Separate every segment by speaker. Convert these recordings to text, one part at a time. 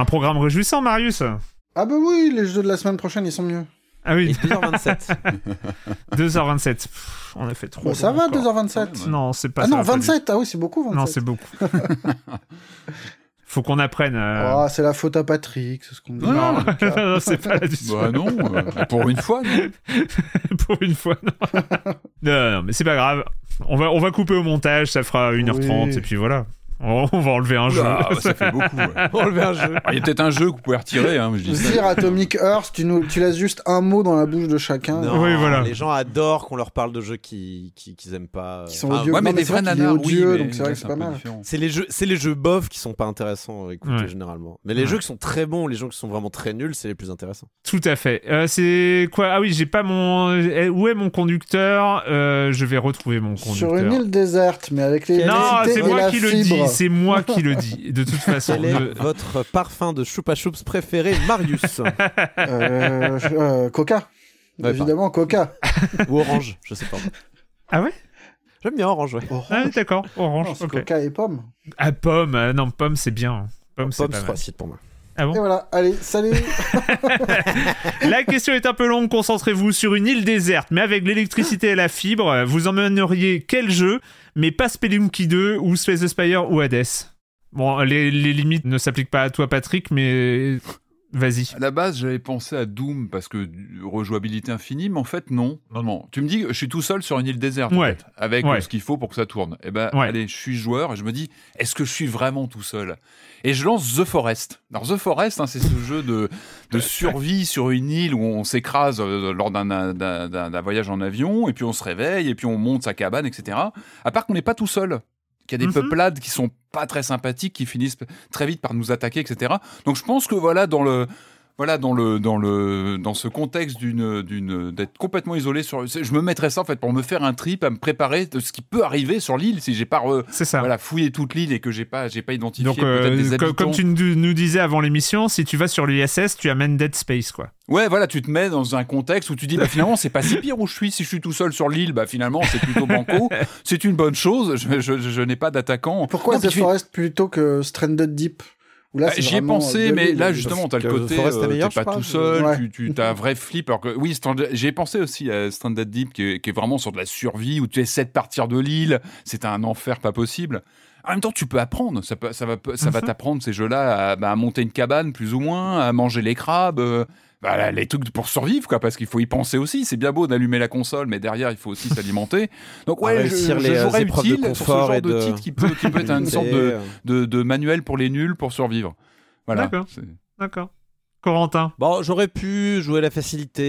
Speaker 1: Un programme réjouissant, Marius
Speaker 2: Ah bah oui, les jeux de la semaine prochaine, ils sont mieux.
Speaker 1: Ah oui,
Speaker 3: Et 2h27.
Speaker 1: 2h27. Pff, on a fait trop.
Speaker 2: Bah, ça
Speaker 1: long
Speaker 2: va,
Speaker 1: encore.
Speaker 2: 2h27
Speaker 1: Non, c'est pas
Speaker 2: Ah
Speaker 1: ça,
Speaker 2: non,
Speaker 1: pas du-
Speaker 2: 27 Ah oui, c'est beaucoup, 27.
Speaker 1: Non, c'est beaucoup. Faut qu'on apprenne. euh,
Speaker 2: Ah, c'est la faute à Patrick, c'est ce qu'on dit.
Speaker 3: Non,
Speaker 2: dans
Speaker 3: non,
Speaker 2: le cas.
Speaker 1: non, c'est pas la du
Speaker 3: bah non, euh, pour une fois, non.
Speaker 1: pour une fois. Non, non, non, mais c'est pas grave. On va, on va couper au montage, ça fera 1h30
Speaker 2: Oui. Ah,
Speaker 1: et puis voilà. On, on va enlever un jeu.
Speaker 3: Oula, bah, ça fait beaucoup. ouais. Ah,
Speaker 1: enlever un jeu.
Speaker 3: Il y a peut-être un jeu que vous pouvez retirer, hein, je dis ça.
Speaker 2: Zir Atomic Earth, tu, nous, tu laisses juste un mot dans la bouche de chacun.
Speaker 4: Non,
Speaker 1: Oui, voilà.
Speaker 4: Les gens adorent qu'on leur parle de jeux qui, qui- qu'ils aiment pas.
Speaker 2: Qui sont
Speaker 4: Enfin,
Speaker 2: odieux.
Speaker 3: Ouais, mais
Speaker 2: Non, mais
Speaker 3: des
Speaker 2: c'est
Speaker 3: vrais
Speaker 2: vrai qu'il est
Speaker 3: nanars,
Speaker 2: odieux,
Speaker 3: oui, mais
Speaker 2: donc c'est vrai que c'est
Speaker 3: un
Speaker 2: pas
Speaker 3: peu
Speaker 2: mal.
Speaker 3: différent.
Speaker 4: C'est les jeux, c'est les jeux bof qui sont pas intéressants à écouter
Speaker 1: Ouais.
Speaker 4: généralement. Mais les
Speaker 1: Ouais.
Speaker 4: jeux qui sont très bons, les gens qui sont vraiment très nuls, c'est les plus intéressants.
Speaker 1: Tout à fait. Euh, c'est quoi Ah oui, j'ai pas mon. eh, Où est mon conducteur Euh, Je vais retrouver mon conducteur.
Speaker 2: Sur une île déserte, mais avec les
Speaker 1: Non, c'est
Speaker 2: et
Speaker 1: moi
Speaker 2: la
Speaker 1: qui le
Speaker 2: fibre.
Speaker 1: dis. C'est moi qui le dis. De toute façon.
Speaker 4: Quel est
Speaker 1: de-
Speaker 4: votre parfum de choupa choups préféré, Marius
Speaker 2: Euh, je- euh, Coca.
Speaker 4: Ouais,
Speaker 2: Évidemment, Coca.
Speaker 4: Ou orange, je sais pas.
Speaker 1: Ah ouais
Speaker 4: J'aime bien orange, ouais.
Speaker 2: Orange.
Speaker 1: Ah, D'accord.
Speaker 2: Non,
Speaker 1: Orange.
Speaker 2: c'est
Speaker 1: ok.
Speaker 2: Coca et pomme.
Speaker 1: Ah pomme. euh, non, pomme c'est bien. Pomme c'est
Speaker 4: Pomme
Speaker 1: pas
Speaker 4: c'est
Speaker 1: mal.
Speaker 4: facile pour moi.
Speaker 1: Ah bon
Speaker 2: Et voilà, allez, salut
Speaker 1: La question est un peu longue, concentrez-vous sur une île déserte, mais avec l'électricité et la fibre, euh, vous emmèneriez quel jeu, mais pas Spelunky 2 ou Space the Spire ou Hades Bon, les, les limites ne s'appliquent pas à toi Patrick, mais vas-y.
Speaker 3: À la base, j'avais pensé à Doom parce que du- rejouabilité infinie, mais en fait, non. Non, non. Tu me dis, je suis tout seul sur une île déserte, en
Speaker 1: Ouais.
Speaker 3: fait, avec
Speaker 1: Ouais.
Speaker 3: euh, ce qu'il faut pour que ça tourne. Eh ben,
Speaker 1: Ouais.
Speaker 3: allez, je suis joueur et je me dis, est-ce que je suis vraiment tout seul Et je lance The Forest. Alors, The Forest, hein, c'est ce jeu de, de survie sur une île où on s'écrase euh, lors d'un- d'un d'un- d'un voyage en avion, et puis on se réveille, et puis on monte sa cabane, etc. À part qu'on n'est pas tout seul. Qu'il y a des
Speaker 1: Mhm.
Speaker 3: peuplades qui sont pas très sympathiques, qui finissent très vite par nous attaquer, etc. Donc je pense que voilà, dans le, voilà, dans le, dans le, dans ce contexte d'une, d'une, d'être complètement isolé sur, c'est- je me mettrais ça en fait pour me faire un trip, à me préparer de ce qui peut arriver sur l'île si j'ai pas, re-
Speaker 1: C'est ça.
Speaker 3: voilà, fouillé toute l'île et que j'ai pas, j'ai pas identifié
Speaker 1: Donc, euh,
Speaker 3: peut-être des
Speaker 1: co-
Speaker 3: habitants.
Speaker 1: comme tu nous nous disais avant l'émission, si tu vas sur l'ISS, tu amènes Dead Space, quoi.
Speaker 3: Ouais, voilà, tu te mets dans un contexte où tu dis, bah finalement, c'est pas si pire où je suis. Si je suis tout seul sur l'île, bah finalement, c'est plutôt banco. c'est une bonne chose. Je, je- je n'ai pas d'attaquant.
Speaker 2: Pourquoi
Speaker 3: Non,
Speaker 2: The
Speaker 3: puis tu-
Speaker 2: Forest plutôt que Stranded Deep Où là,
Speaker 3: Bah,
Speaker 2: c'est
Speaker 3: J'y ai
Speaker 2: vraiment, euh,
Speaker 3: pensé,
Speaker 2: de
Speaker 3: mais
Speaker 2: l'île.
Speaker 3: là, justement, t'as le
Speaker 4: que
Speaker 3: côté.
Speaker 4: Forest est
Speaker 3: euh,
Speaker 4: meilleur,
Speaker 3: t'es
Speaker 4: je
Speaker 3: pas
Speaker 4: pense.
Speaker 3: tout seul,
Speaker 2: Ouais.
Speaker 3: tu, tu as un vrai flip. Alors que, oui, Stranded- j'y ai pensé aussi à Stranded Deep, qui est, qui est vraiment sur de la survie, où tu essaies de partir de l'île. C'est un enfer pas possible. En même temps, tu peux apprendre. Ça, peut- ça va, ça va t'apprendre ces jeux-là à, bah, à monter une cabane, plus ou moins, à manger les crabes. euh, bah, là, les trucs pour survivre, quoi, parce qu'il faut y penser aussi. C'est bien beau d'allumer la console, mais derrière, il faut aussi s'alimenter. Donc, ouais, je,
Speaker 4: réussir
Speaker 3: je
Speaker 4: les, euh,
Speaker 3: jouerais
Speaker 4: épreuves de
Speaker 3: utile sur ce
Speaker 4: confort
Speaker 3: genre
Speaker 4: et
Speaker 3: de
Speaker 4: de- euh,
Speaker 3: titre qui peut, qui peut être une sorte de, de, de manuel pour les nuls pour survivre. Voilà.
Speaker 1: D'accord.
Speaker 3: C'est-
Speaker 1: D'accord. Corentin.
Speaker 4: Bon, j'aurais pu jouer la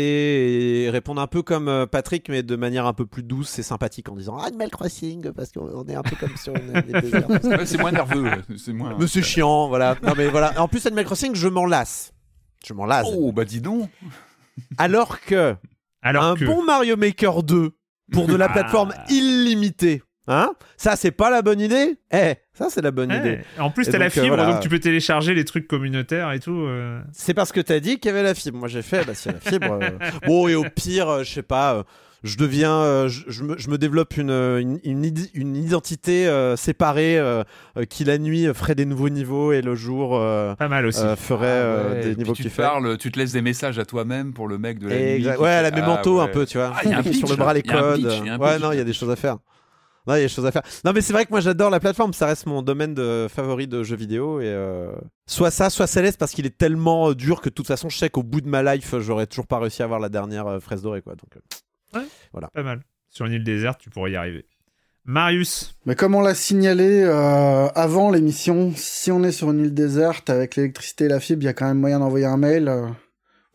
Speaker 4: facilité et répondre un peu comme euh, Patrick, mais de manière un peu plus douce et sympathique en disant Ah, Animal Crossing, parce qu'on on est un peu comme sur une, une désert.
Speaker 3: Ouais, c'est moins nerveux. ouais. C'est moins.
Speaker 4: Mais c'est chiant, voilà. Non, mais voilà. En plus, Animal Crossing, je m'en lasse. Je m'en lasse.
Speaker 3: Oh, bah dis donc.
Speaker 4: Alors que
Speaker 1: Alors
Speaker 4: un
Speaker 1: que
Speaker 4: bon Mario Maker 2 pour de la
Speaker 1: Ah.
Speaker 4: plateforme illimitée. Hein ça, c'est pas la bonne idée Eh, ça, c'est la bonne
Speaker 1: Ouais,
Speaker 4: idée.
Speaker 1: en plus
Speaker 4: Et
Speaker 1: t'as la
Speaker 4: donc, euh,
Speaker 1: fibre,
Speaker 4: voilà.
Speaker 1: donc tu peux télécharger les trucs communautaires et tout. euh.
Speaker 4: C'est parce que t'as dit qu'il y avait la fibre. Moi, j'ai fait, bah, c'est la fibre. euh. Bon, et au pire, euh, je sais pas, euh, je deviens, euh, je, je me, je me développe une, euh, une, une id- une identité euh, séparée euh, euh, qui, la nuit, euh, ferait des nouveaux niveaux et le jour euh,
Speaker 1: Pas mal aussi.
Speaker 4: euh, ferait
Speaker 3: Ah
Speaker 4: euh,
Speaker 3: ouais, et
Speaker 4: des
Speaker 3: puis
Speaker 4: niveaux
Speaker 3: tu
Speaker 4: qui
Speaker 3: te parles, tu te laisses des messages à toi-même pour le mec de la nuit
Speaker 4: Exact.
Speaker 3: qui
Speaker 4: Ouais,
Speaker 3: fait,
Speaker 4: elle a mes
Speaker 3: ah,
Speaker 4: manteaux un
Speaker 3: ouais.
Speaker 4: peu, tu vois.
Speaker 3: Ah, il y a un pitch,
Speaker 4: sur le bras,
Speaker 3: là.
Speaker 4: les
Speaker 3: Il y a un
Speaker 4: codes.
Speaker 3: pitch, il y a un
Speaker 4: ouais,
Speaker 3: pitch.
Speaker 4: non, il y a des choses à faire. Non, il y a des choses à faire. Non, mais c'est vrai que moi j'adore la plateforme, ça reste mon domaine de favori de jeux vidéo. Et euh, soit ça, soit Céleste, parce qu'il est tellement euh, dur que de toute façon, je sais qu'au bout de ma life, euh, j'aurais toujours pas réussi à avoir la dernière euh, fraise dorée, quoi. Donc, euh,
Speaker 1: Pas mal. Sur une île déserte, tu pourrais y arriver. Marius,
Speaker 2: Mais comme on l'a signalé euh, avant l'émission, si on est sur une île déserte avec l'électricité et la fibre, il y a quand même moyen d'envoyer un mail euh,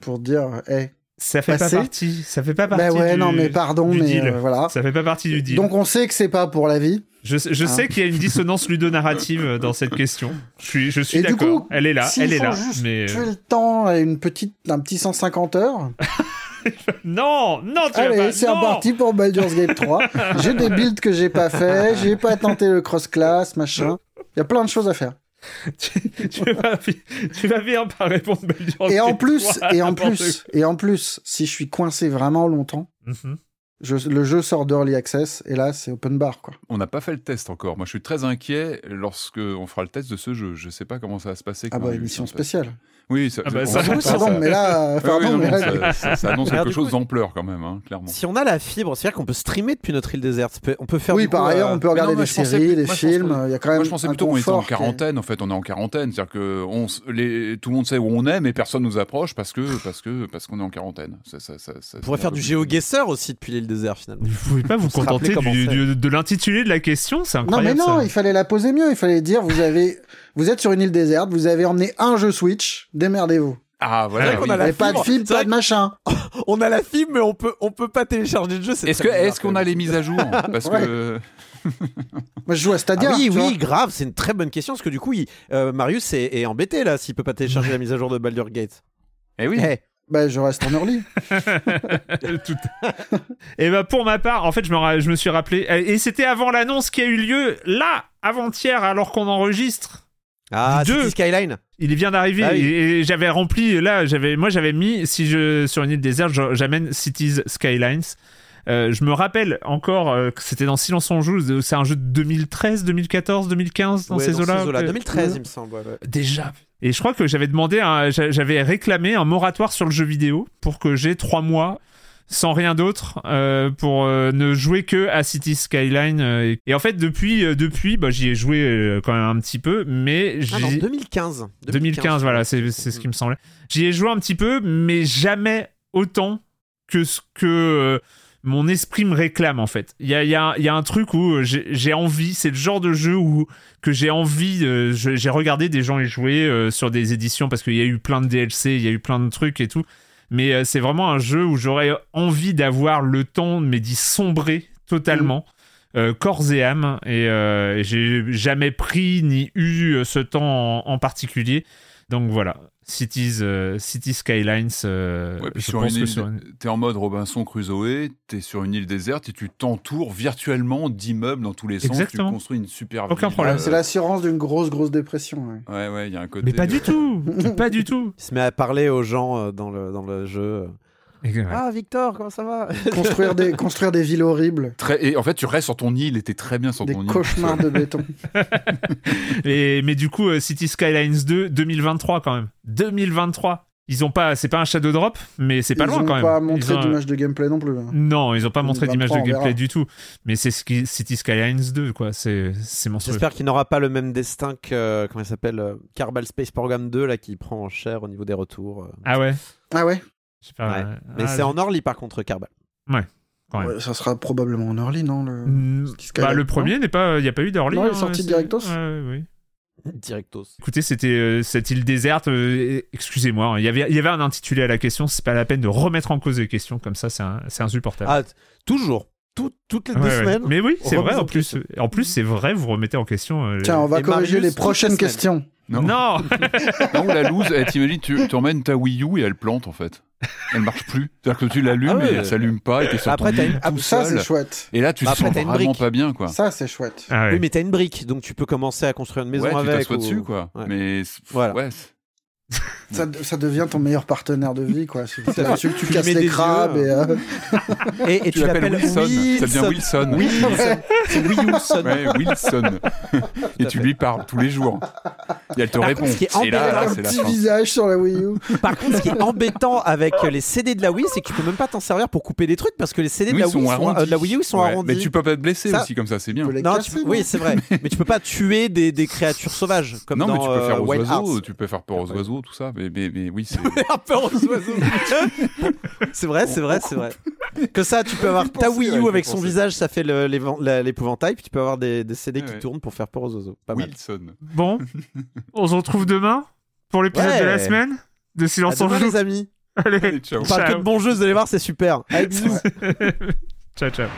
Speaker 2: pour dire hey,
Speaker 1: ça fait
Speaker 2: Passé.
Speaker 1: pas partie. Ça fait pas partie.
Speaker 2: bah ouais
Speaker 1: du-
Speaker 2: non mais pardon
Speaker 1: du
Speaker 2: mais
Speaker 1: deal.
Speaker 2: euh, voilà.
Speaker 1: Ça fait pas partie du deal.
Speaker 2: Donc on sait que c'est pas pour la vie.
Speaker 1: je je
Speaker 2: Ah.
Speaker 1: sais qu'il y a une dissonance ludonarrative euh, dans cette question. Je suis, je suis
Speaker 2: Et du
Speaker 1: d'accord.
Speaker 2: coup,
Speaker 1: Elle est là,
Speaker 2: S'il
Speaker 1: elle est
Speaker 2: faut
Speaker 1: là.
Speaker 2: juste
Speaker 1: Mais euh,
Speaker 2: tuer le temps à une petite un petit 150 heures.
Speaker 1: non, non, tu vas pas.
Speaker 2: Allez, c'est
Speaker 1: non
Speaker 2: reparti pour Baldur's Gate 3. j'ai des builds que j'ai pas fait, j'ai pas tenté le cross class, machin. Il y a plein de choses à faire.
Speaker 1: tu, tu vas, fi- tu vas bien pas répondre Baldur's
Speaker 2: Et en
Speaker 1: Gate
Speaker 2: plus,
Speaker 1: 3,
Speaker 2: et
Speaker 1: Oh,
Speaker 2: en
Speaker 1: n'importe
Speaker 2: plus, et en plus, si je suis coincé vraiment longtemps,
Speaker 1: quoi. Mhm.
Speaker 2: je- le jeu sort d'early access et là c'est open bar quoi.
Speaker 3: On n'a pas fait le test encore. Moi, je suis très inquiet lorsque on fera le test de ce jeu. Je sais pas comment ça va se passer.
Speaker 2: Ah
Speaker 3: comment
Speaker 2: bah
Speaker 3: il-
Speaker 2: émission
Speaker 3: ça-
Speaker 2: spéciale.
Speaker 3: Oui, ça,
Speaker 1: Ah bah,
Speaker 3: on-
Speaker 1: ça-
Speaker 3: on-
Speaker 2: Pardon, mais là, euh,
Speaker 3: Ouais, ouais,
Speaker 2: pardon,
Speaker 3: non,
Speaker 2: mais
Speaker 3: non,
Speaker 2: là,
Speaker 3: ça, ça- ça annonce
Speaker 4: Alors,
Speaker 3: quelque
Speaker 4: du
Speaker 3: chose
Speaker 4: coup-
Speaker 3: d'ampleur quand même, hein, clairement.
Speaker 4: si on a la fibre, c'est-à-dire qu'on peut streamer depuis notre île déserte. peut- On peut faire.
Speaker 2: oui,
Speaker 4: du coup,
Speaker 2: par
Speaker 4: euh,
Speaker 2: ailleurs, on peut
Speaker 3: mais non,
Speaker 2: regarder
Speaker 3: moi,
Speaker 2: des
Speaker 3: je pensais-
Speaker 2: séries, des
Speaker 3: moi, je
Speaker 2: films.
Speaker 3: pensais-
Speaker 2: Il y a quand même.
Speaker 3: Moi, je pensais
Speaker 2: un
Speaker 3: plutôt qu'on était en
Speaker 2: confort qui est-
Speaker 3: quarantaine. En fait, on est en quarantaine. C'est-à-dire que on s- les- tout le monde sait où on est, mais personne nous approche parce que parce que parce qu'on est en quarantaine. Ça, ça- ça- ça-
Speaker 4: On pourrait
Speaker 3: c'est
Speaker 4: faire
Speaker 3: un
Speaker 4: du
Speaker 3: peu-
Speaker 4: géoguesseur aussi depuis l'île déserte finalement.
Speaker 1: Vous pouvez pas vous
Speaker 4: se rappeler
Speaker 1: contenter
Speaker 4: comment
Speaker 1: du-
Speaker 4: c'est.
Speaker 1: du- de l'intitulé de la question, c'est
Speaker 2: Non, mais
Speaker 1: incroyable.
Speaker 2: non,
Speaker 1: ça.
Speaker 2: il fallait la poser mieux. Il fallait dire vous avez, vous êtes sur une île déserte, vous avez emmené un jeu Switch, démerdez-vous.
Speaker 3: Ah
Speaker 4: C'est
Speaker 3: voilà.
Speaker 4: vrai qu'on
Speaker 3: oui.
Speaker 4: a la
Speaker 2: Et pas de
Speaker 4: fibre,
Speaker 2: film,
Speaker 4: c'est
Speaker 2: pas
Speaker 4: vrai
Speaker 2: de machin.
Speaker 4: On a la fibre, mais on peut, on peut pas télécharger le jeu. c'est
Speaker 3: Est-ce que
Speaker 4: très bizarre,
Speaker 3: est-ce qu'on
Speaker 4: quand
Speaker 3: a
Speaker 4: même.
Speaker 3: les mises à jour hein, Parce
Speaker 2: Ouais.
Speaker 3: que
Speaker 2: Moi, je joue à Stadia.
Speaker 4: Ah oui,
Speaker 2: tu vois.
Speaker 4: oui, grave, c'est une très bonne question parce que du coup, il- euh, Marius est, est embêté là s'il peut pas télécharger la mise à jour de Baldur's Gate.
Speaker 3: eh oui.
Speaker 4: Eh,
Speaker 2: Bah, je reste en early.
Speaker 1: Tout- et ben pour ma part, en fait, je me, ra- je me suis rappelé, euh, et c'était avant l'annonce qui a eu lieu là, avant-hier, alors qu'on enregistre.
Speaker 4: Ah,
Speaker 1: Deux.
Speaker 4: City Skyline.
Speaker 1: Il vient d'arriver
Speaker 4: Ah oui.
Speaker 1: et, et j'avais rempli là, j'avais, moi j'avais mis si je sur une île déserte, je- j'amène Cities Skylines. Euh, je me rappelle encore euh, que c'était dans Silence on joue, c'est un jeu de 2013, 2014, 2015 dans
Speaker 4: Ouais,
Speaker 1: ces
Speaker 4: dans
Speaker 1: eaux-là.
Speaker 4: ces eaux-là.
Speaker 1: euh,
Speaker 4: 2013, il me semble. ouais, ouais.
Speaker 1: Déjà. Et je crois que j'avais demandé, un- j'a- j'avais réclamé un moratoire sur le jeu vidéo pour que j'ai trois mois sans rien d'autre euh, pour euh, ne jouer que à City Skyline. euh, et- et en fait, depuis, euh, depuis, bah, j'y ai joué euh, quand même un petit peu, mais
Speaker 4: Ah non,
Speaker 1: j'y-
Speaker 4: 2015.
Speaker 1: 2015, voilà, c'est c'est ce qui me
Speaker 4: Mm-hmm.
Speaker 1: semblait. J'y ai joué un petit peu, mais jamais autant que ce que euh, mon esprit me réclame, en fait. Il y a, il y a- il y a un truc où euh, j'ai j'ai envie, c'est le genre de jeu où que j'ai envie, euh, je- j'ai regardé des gens y jouer euh, sur des éditions, parce qu'il y a eu plein de DLC, il y a eu plein de trucs et tout, mais euh, c'est vraiment un jeu où j'aurais envie d'avoir le temps, mais d'y sombrer totalement euh, corps et âme et euh, j'ai jamais pris ni eu euh, ce temps en, en particulier. Donc voilà, Cities, euh, City Skylines. euh,
Speaker 3: Ouais, puis
Speaker 1: je
Speaker 3: sur
Speaker 1: pense
Speaker 3: une
Speaker 1: que
Speaker 3: île,
Speaker 1: sur une-
Speaker 3: t'es en mode Robinson Crusoe, t'es sur une île déserte et tu t'entoures virtuellement d'immeubles dans tous les sens.
Speaker 1: Exactement.
Speaker 3: Tu construis une super
Speaker 1: Aucun
Speaker 3: ville.
Speaker 1: problème.
Speaker 2: C'est l'assurance d'une grosse, grosse dépression. ouais.
Speaker 3: Ouais, ouais, il y a un côté.
Speaker 1: Mais pas
Speaker 3: euh,
Speaker 1: du tout, pas du tout.
Speaker 4: Il se met à parler aux gens euh, dans le, dans le jeu.
Speaker 1: Et que-
Speaker 4: Ah, Victor, comment ça va
Speaker 2: Construire des, construire des villes horribles,
Speaker 3: Très, et en fait, tu restes sur ton île et t'es très bien sur
Speaker 2: des
Speaker 3: ton
Speaker 2: cauchemars
Speaker 3: île.
Speaker 2: de béton.
Speaker 1: Et- mais du coup, euh, City Skylines 2, 2023 quand même. 2023. Ils ont pas, c'est pas un shadow drop, mais c'est pas
Speaker 2: Ils
Speaker 1: loin
Speaker 2: ont
Speaker 1: quand même.
Speaker 2: pas
Speaker 1: Ils
Speaker 2: montré
Speaker 1: ont- euh,
Speaker 2: d'image de gameplay non plus. hein.
Speaker 1: Non, ils ont pas montré d'image de
Speaker 2: 2023, on verra.
Speaker 1: gameplay du tout. Mais c'est ce qui- City Skylines 2, quoi. C'est c'est monstrueux.
Speaker 4: J'espère qu'il n'aura pas le même destin que, euh, comment il s'appelle, euh, Carbal Space Program 2, là, qui prend en cher au niveau des retours. euh.
Speaker 1: Ah ouais.
Speaker 2: Ah ouais,
Speaker 1: J'espère-
Speaker 4: Ouais. Mais
Speaker 1: Ah,
Speaker 4: c'est en Orly, par contre, Carbal.
Speaker 1: quand même.
Speaker 2: Ouais, Ça sera probablement en early, non le...
Speaker 1: Mm,
Speaker 2: City Skyline,
Speaker 1: Bah, le
Speaker 2: non
Speaker 1: premier n'est pas, il n'y a pas eu d'early.
Speaker 2: Non, il est
Speaker 1: hein,
Speaker 2: sorti
Speaker 1: c'est-
Speaker 2: directos.
Speaker 1: Ouais, oui.
Speaker 4: Directos.
Speaker 1: Écoutez, c'était euh, cette île déserte. euh, Excusez-moi, hein, il y avait, il y avait un intitulé à la question. C'est pas la peine de remettre en cause les questions comme ça. C'est un- c'est insupportable.
Speaker 4: Ah, t- toujours. Tout- toutes les
Speaker 1: Ouais,
Speaker 4: deux
Speaker 1: ouais.
Speaker 4: semaines.
Speaker 1: Mais oui, c'est
Speaker 4: remise
Speaker 1: vrai.
Speaker 4: en
Speaker 1: En plus, en plus, c'est vrai. Vous remettez en question. euh,
Speaker 2: Tiens, on va
Speaker 4: Et
Speaker 2: corriger
Speaker 4: Marius,
Speaker 2: les
Speaker 4: toutes
Speaker 2: prochaines
Speaker 4: les semaines.
Speaker 2: questions.
Speaker 1: Non,
Speaker 3: Non. Non, la loose, eh, t'imagines, tu t'emmènes ta Wii U et elle plante en fait. Elle marche plus. C'est-à-dire que tu l'allumes
Speaker 4: Ah ouais.
Speaker 3: et elle s'allume pas et t'es sur
Speaker 4: Après,
Speaker 3: ton
Speaker 4: t'as
Speaker 3: lit
Speaker 4: une- ah,
Speaker 3: tout
Speaker 2: Ça,
Speaker 3: seul.
Speaker 2: c'est chouette.
Speaker 3: Et là, tu
Speaker 4: Bah, Après,
Speaker 3: sens
Speaker 4: t'as une
Speaker 3: vraiment
Speaker 4: brique.
Speaker 3: pas bien quoi.
Speaker 2: Ça, c'est chouette.
Speaker 1: Ah ouais.
Speaker 4: Oui, mais t'as une brique, donc tu peux commencer à construire une maison
Speaker 3: ouais, tu
Speaker 4: avec.
Speaker 3: t'assois
Speaker 4: ou-
Speaker 3: dessus quoi.
Speaker 4: Ouais.
Speaker 3: Mais c'est-
Speaker 4: Voilà.
Speaker 3: ouais, c'est-
Speaker 2: Ça, ça devient ton meilleur partenaire de vie, quoi. C'est c'est là-dessus que tu
Speaker 4: Tu
Speaker 2: casses
Speaker 4: lui mets
Speaker 2: les
Speaker 4: des
Speaker 2: crabes
Speaker 4: yeux. hein.
Speaker 2: et... euh,
Speaker 4: Et, et
Speaker 3: tu l'appelles Wilson. Ça devient Wilson.
Speaker 4: Oui, c'est Wilson.
Speaker 3: Ouais, Wilson. et
Speaker 4: à
Speaker 3: tu
Speaker 4: fait.
Speaker 3: lui parles tous les jours. Et elle te
Speaker 4: Par
Speaker 3: répond.
Speaker 4: contre, ce qui est
Speaker 3: et là, là,
Speaker 4: embêtant,
Speaker 3: Ah, c'est
Speaker 2: un
Speaker 3: la
Speaker 2: petit
Speaker 3: fin.
Speaker 2: visage sur la Wii U.
Speaker 4: Par contre, ce qui est embêtant avec euh, les CD de la Wii, c'est que tu peux même pas t'en servir pour couper des trucs parce que les CD de,
Speaker 3: Oui,
Speaker 4: la,
Speaker 3: ils sont
Speaker 4: Wii
Speaker 3: arrondis.
Speaker 4: euh, de la Wii U ils sont
Speaker 3: Ouais,
Speaker 4: arrondis.
Speaker 3: Mais tu peux pas te blesser
Speaker 4: Ça-
Speaker 3: aussi comme ça, c'est bien.
Speaker 2: Faut les
Speaker 4: Non,
Speaker 2: casser,
Speaker 4: tu peux- oui, c'est vrai. mais tu peux pas tuer des, des créatures sauvages comme
Speaker 3: non,
Speaker 4: dans
Speaker 3: mais tu peux faire
Speaker 4: euh,
Speaker 3: aux
Speaker 4: Wild
Speaker 3: oiseaux,
Speaker 4: Hearts.
Speaker 3: tu peux faire peur aux oiseaux, tout ça. Mais, mais, mais oui, c'est.
Speaker 4: Un peu aux oiseaux. c'est vrai, c'est vrai, c'est vrai. Que ça, tu peux avoir ta
Speaker 3: penser,
Speaker 4: Wii
Speaker 3: ouais,
Speaker 4: U
Speaker 3: j'ai
Speaker 4: avec son
Speaker 3: pensé.
Speaker 4: visage, ça fait le- l'évan- la- l'épouvantail. Puis tu peux avoir des, des CD
Speaker 3: Ouais,
Speaker 4: qui
Speaker 3: ouais.
Speaker 4: tournent pour faire peur aux oiseaux. Pas mal.
Speaker 3: Wilson.
Speaker 1: Bon, on se retrouve demain pour l'épisode
Speaker 4: Ouais.
Speaker 1: de la semaine de
Speaker 4: À
Speaker 1: Silence en
Speaker 4: demain,
Speaker 1: Joue.
Speaker 4: les amis.
Speaker 1: Allez,
Speaker 3: Allez, ciao.
Speaker 4: On parle que de bons jeux, vous allez voir, c'est super. Allez, bisous.
Speaker 1: ciao, ciao.